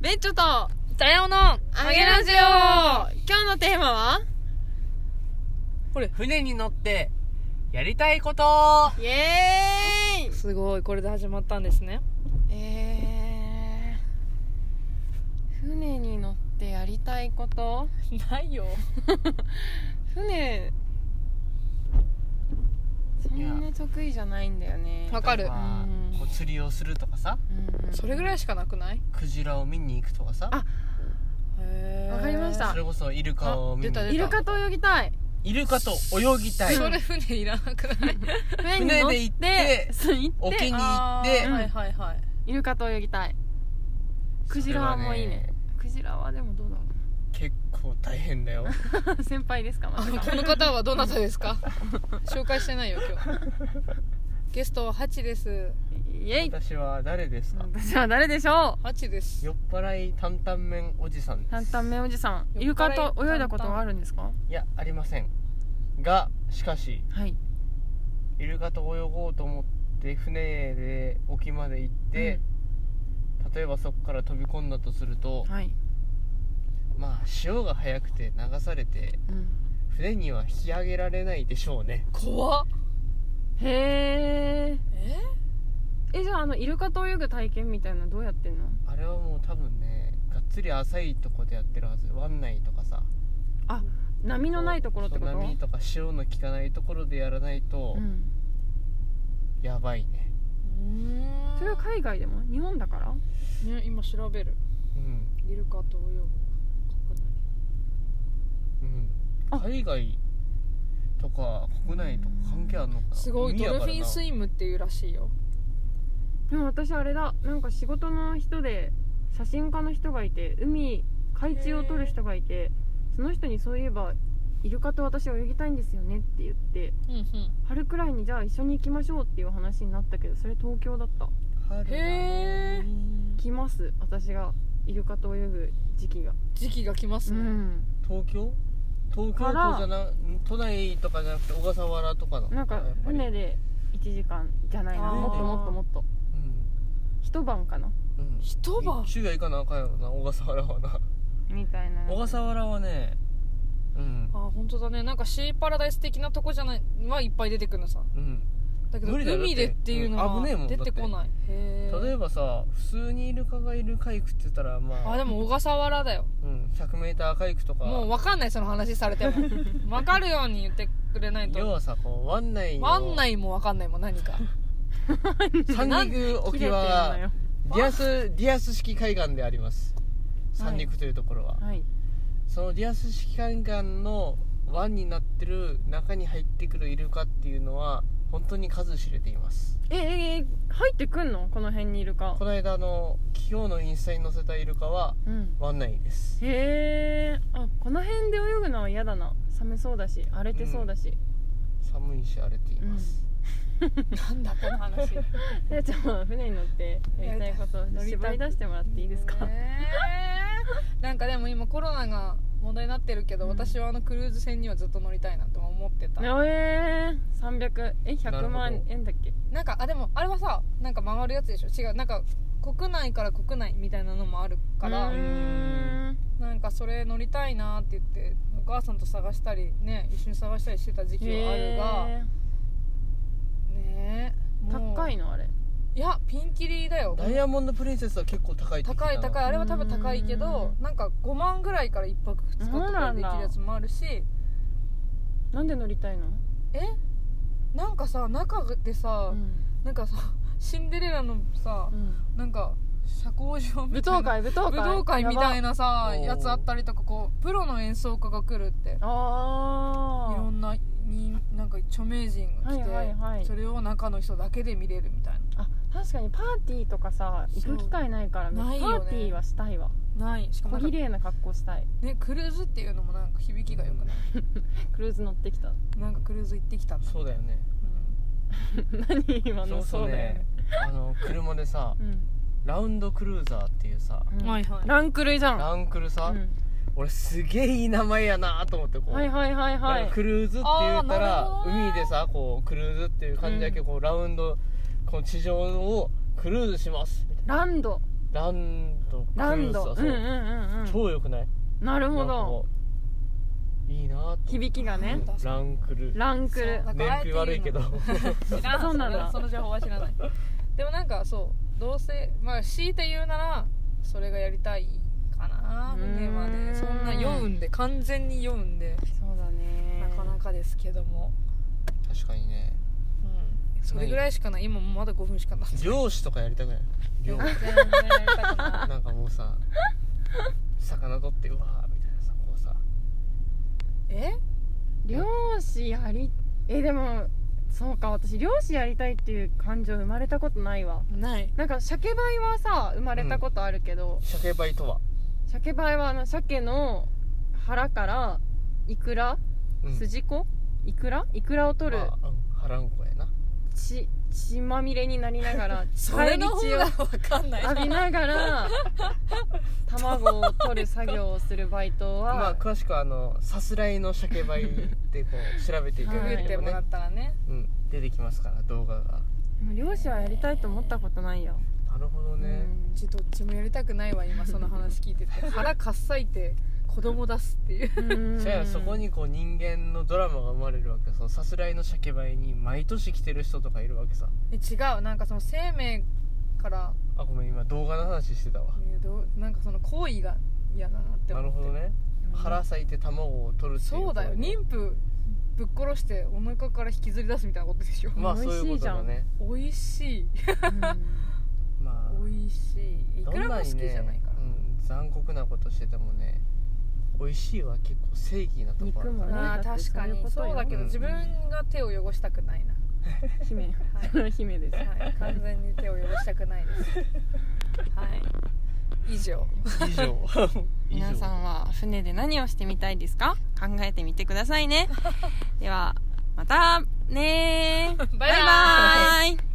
ベッチョと、ザヤオの、あげラジオ今日のテーマはこれ、船に乗って、やりたいことイエーイすごいこれで始まったんですねえー、船に乗ってやりたいことないよ船、そんな得意じゃないんだよね。わかる例えばうんこう釣りをするとかさ、うんうんそれぐらいしかなくないクジラを見に行くとかさ、あへーわかりましたそれこそイルカを見にあ出イルカと泳ぎたい。イルカと泳ぎたい。それ船いらなくない船に乗船で行ってそう行って沖に行あっーて、はいはいはいイルカと泳ぎたい。クジラもいいね。クジラはでもどうだろ結構大変だよ。う。 先輩ですか、まさかこの方はどなたです か紹介してないよ今日ゲストはハチですイエイ私は誰ですか私は誰でしょうハチです酔っ払い担々麺おじさんで担す。々麺おじさんイルカと泳いだことはあるんですかいや、ありません。が、しかし、はいイルカと泳ごうと思って船で沖まで行って、例えばそこから飛び込んだとすると、はい、まあ潮が速くて流されてうん、船には引き上げられないでしょうね怖っへえええじゃああのイルカと泳ぐ体験みたいなのどうやってんのあれはもう多分ねがっつり浅いとこでやってるはず湾内とかさ波のないところってことそう波とか潮の効かないところでやらないとうん、やばいねそれは海外でも日本だからね今調べるうんイルカと泳ぐうんあ海外とか国内とか関係あんのかなすごい海ドやかルらフなィンスイムっていうらしいよでも私あれだなんか仕事の人で写真家の人がいて海海中を撮る人がいてその人にそういえばイルカと私泳ぎたいんですよねって言ってうんうん春くらいにじゃあ一緒に行きましょうっていう話になったけどそれ東京だった春なのにへ来ます私がイルカと泳ぐ時期が時期が来ますね、東京東京から都じゃな都内とかじゃなくて小笠原とかなのなんかやっぱり船で1時間じゃないなあーもっともっともっと一晩かなうん、うん一晩昼夜行かなあかんやろな小笠原はなみたいな小笠原はねうんあ本当だねなんかシーパラダイス的なとこじゃないはいっぱい出てくるのさうんだけど無理だよ海でだっってていうのうん危ねえもはんだ出っててこない、へえ例えばさ普通にイルカがいる海区って言ったらまああでも小笠原だようん、100m 海区とかもう分かんないその話され ても分かるように言ってくれない要とはさこう湾内の湾内も分かんないもん何か三陸沖はディアスディアス式海岸であります三陸というところは、はいそのディアス式海岸の湾になってる中に入ってくるイルカっていうのは本当に数知れていますえええ入ってくんのこの辺にイルカこの間あの今日のインスタに載せたイルカはうん湾内ですへえあこの辺で泳ぐのは嫌だな寒そうだし荒れてそうだし、寒いし荒れています、なんだこの話でちゃんは船に乗ってやりたいことやりたい縛り出してもらっていいですか、ねえなんかでも今コロナが問題になってるけど、うん私はあのクルーズ船にはずっと乗りたいなとは思ってたええ300えな100るほど万円だっけなんかあでもあれはさなんか回るやつでしょ違うなんか国内から国内みたいなのもあるから、うーんなんかそれ乗りたいなって言ってお母さんと探したりね一緒に探したりしてた時期はあるがへねえーもう高いのあれいやピンキリだよダイヤモンドプリンセスは結構高いって聞いた高い高いあれは多分高いけどうなんか5万ぐらいから1泊2日とかでできるやつもあるしなんで乗りたいの、えなんかさ中でさ、なんかさシンデレラのさなんか社交場舞みた踏いな会舞踏会舞踏会みたいななさやばやつあったりとかこうプロの演奏家が来るっていあろんなになんか著名人が来て、はいはいはいそれを中の人だけで見れるみたいああ確かにパーティーとかさ行く機会ないからそうパないよねーティーはしたいわなないしかも小なん綺か、麗な格好したいね、クルーズっていうのもなんか響きがよくない、クルーズ乗ってきたなんかクルーズ行ってきたんだそうだよねうん何今そのうそうねあの車でさそうだよねラウンドクルーザーっていうさ、うんはいはいランクルイじゃんランクルさ、う俺すげえいい名前やなと思ってんこう、はいはいはいはなんいかクルーズって言ったあーなるらほどね海でさこうクルーズっていう感じだけど、こうラウンドこの地上をクルーズしますみたいランドなランドクルランードザうんうーそんううんうん超良くないなるほなんかどこういいなぁと響きがねうんランクルランクルそう燃費悪い けど知らんそうなんれだはその情報は知らない でもなんかそうどうせまあ強いて言うならそれがやりたいかなうーん胸はねそんな酔うんで完全に酔うんでそうだねなかなかですけども、確かにねうん、それぐらいしかない今もうまだ5分しかなって漁師とかやりたくない漁全然やりたくないなんかもうさ魚取ってうわーみたいなさこうさえ漁師やりえでもそうか私漁師やりたいっていう感情生まれたことないわないなんか鮭梅はさ生まれたことあるけど、鮭バイとは、鮭梅はあの鮭の腹からイクラうん筋子イクライクラを取るまあうん、腹んこやな血血まみれになりながら それの方帰り血をが分かんない浴びながら卵を取る作業をするバイトは、まあ詳しくはあのさすらいの鮭バイでこう調べていたグだグっけてればもね、らったらねうん、出てきますから動画がでも漁師はやりたいと思ったことないよ、なるほどね、うんうちどっちもやりたくないわ今その話聞いてて腹かっさいて子供出すっていううんじゃあそこにこう人間のドラマが生まれるわけそのさすらいの鮭バイに毎年来てる人とかいるわけさえ違うなんかその生命から、あごめん今動画の話してたわえーどうなんかその行為が嫌だなってな思るってほどね腹咲いて卵を取るっていうそうだよ行為ね妊婦ぶっ殺してお腹から引きずり出すみたいなことでしょまあ美そう味しいういことじゃんだね美味しいうんまあ美味しいいどくらんもな好きにじねゃないから、うん、残酷なことしててもね美味しいは結構正義なとこあるか肉もらねまあだって確かそういうにことよそうだけど、うん自分が手を汚したくないな姫はいそれは姫ですはい、完全に手を汚したくない です。はい。以上。以上 以上皆さんは船で何をしてみたいですか考えてみてく ださいねではまたねーババイバーイ